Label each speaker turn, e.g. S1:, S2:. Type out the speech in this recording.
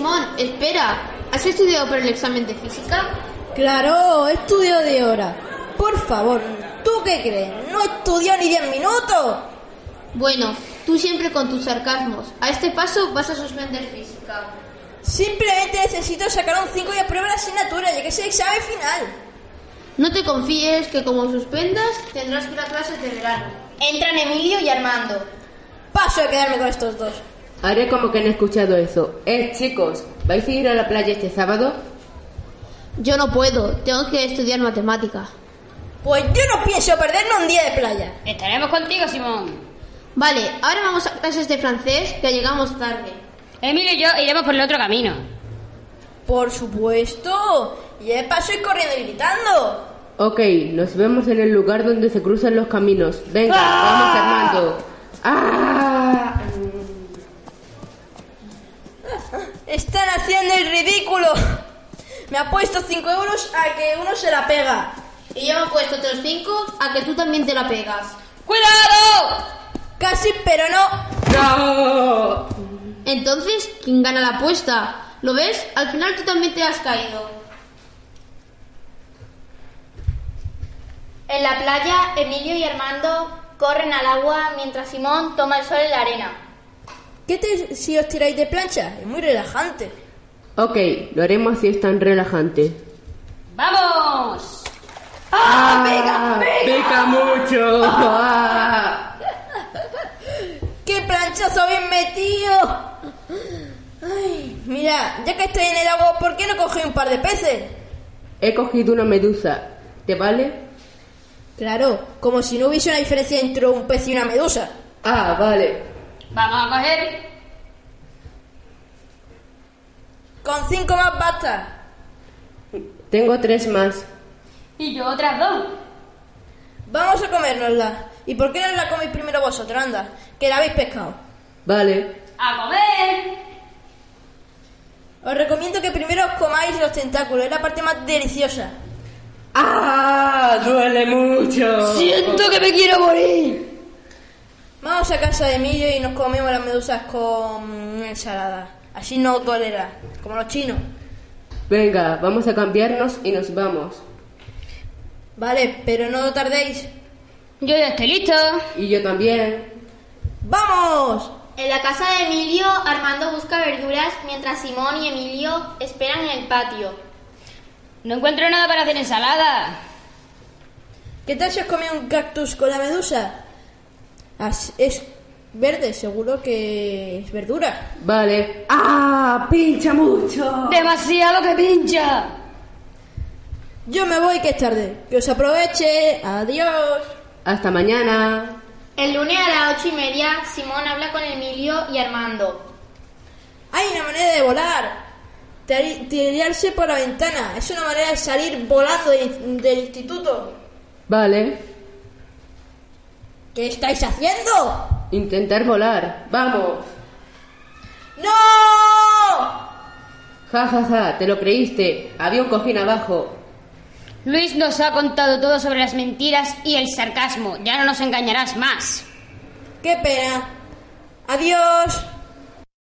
S1: Juan, espera. ¿Has estudiado para el examen de física?
S2: Claro, estudio de hora. Por favor, ¿tú qué crees? ¿No estudió ni 10 minutos?
S1: Bueno, tú siempre con tus sarcasmos. A este paso vas a suspender física.
S2: Simplemente necesito sacar un 5 y apruebo la asignatura, ya que es el examen final.
S1: No te confíes que como suspendas tendrás que ir a clases de verano.
S3: Entran Emilio y Armando.
S2: Paso de quedarme con estos dos.
S4: Haré como que no he escuchado eso. Eh, chicos, ¿vais a ir a la playa este sábado?
S1: Yo no puedo, tengo que estudiar matemáticas.
S2: Pues yo no pienso perderme un día de playa.
S5: Estaremos contigo, Simón.
S1: Vale, ahora vamos a clases de francés que llegamos tarde.
S5: Emilio y yo iremos por el otro camino.
S2: Por supuesto. Y el paso ir corriendo y gritando.
S4: Ok, nos vemos en el lugar donde se cruzan los caminos. Venga, vamos Armando. ¡Ah!
S2: Están haciendo el ridículo. Me ha puesto 5 euros a que uno se la pega.
S1: Y yo me he puesto otros cinco a que tú también te la pegas.
S5: ¡Cuidado!
S2: Casi, pero no.
S4: ¡No!
S1: Entonces, ¿quién gana la apuesta? ¿Lo ves? Al final tú también te has caído.
S3: En la playa, Emilio y Armando corren al agua mientras Simón toma el sol en la arena.
S2: ¿Qué te, si os tiráis de plancha? Es muy relajante.
S4: Ok, lo haremos si es tan relajante.
S5: ¡Vamos!
S4: ¡Ah! ¡Pica, mucho! ¡Ah!
S2: ¡Qué planchazo bien metido! Ay, mira, ya que estoy en el agua, ¿por qué no cogí un par de peces?
S4: He cogido una medusa. ¿Te vale?
S2: Claro, como si no hubiese una diferencia entre un pez y una medusa.
S4: Ah, vale.
S5: Vamos a coger.
S2: Con cinco más basta.
S4: Tengo tres más.
S5: Y yo otras dos.
S2: Vamos a comérnosla. ¿Y por qué no la coméis primero vosotros, anda? Que la habéis pescado.
S4: Vale.
S5: ¡A comer!
S2: Os recomiendo que primero os comáis los tentáculos, es la parte más deliciosa.
S4: ¡Ah! ¡Duele mucho!
S5: que me quiero morir!
S2: Vamos a casa de Emilio y nos comemos las medusas con ensalada. Así no os dolerá, como los chinos.
S4: Venga, vamos a cambiarnos y nos vamos.
S2: Vale, pero no tardéis.
S5: Yo ya estoy listo.
S4: Y yo también.
S2: ¡Vamos!
S3: En la casa de Emilio, Armando busca verduras mientras Simón y Emilio esperan en el patio.
S5: No encuentro nada para hacer ensalada.
S2: ¿Qué tal si os coméis un cactus con la medusa? As- es verde, seguro que es verdura.
S4: Vale. ¡Ah! ¡Pincha mucho!
S5: ¡Demasiado que pincha!
S2: Yo me voy que es tarde. Que os aproveche. Adiós.
S4: Hasta mañana.
S3: El lunes a las ocho y media, Simón habla con Emilio y Armando.
S2: Hay una manera de volar. Tari- Tirarse por la ventana. Es una manera de salir volando del- del instituto.
S4: Vale.
S2: ¿Qué estáis haciendo?
S4: Intentar volar. ¡Vamos!
S2: ¡No!
S4: Ja, ja, ja, te lo creíste. Había un cojín abajo.
S5: Luis nos ha contado todo sobre las mentiras y el sarcasmo. Ya no nos engañarás más.
S2: ¡Qué pena! Adiós.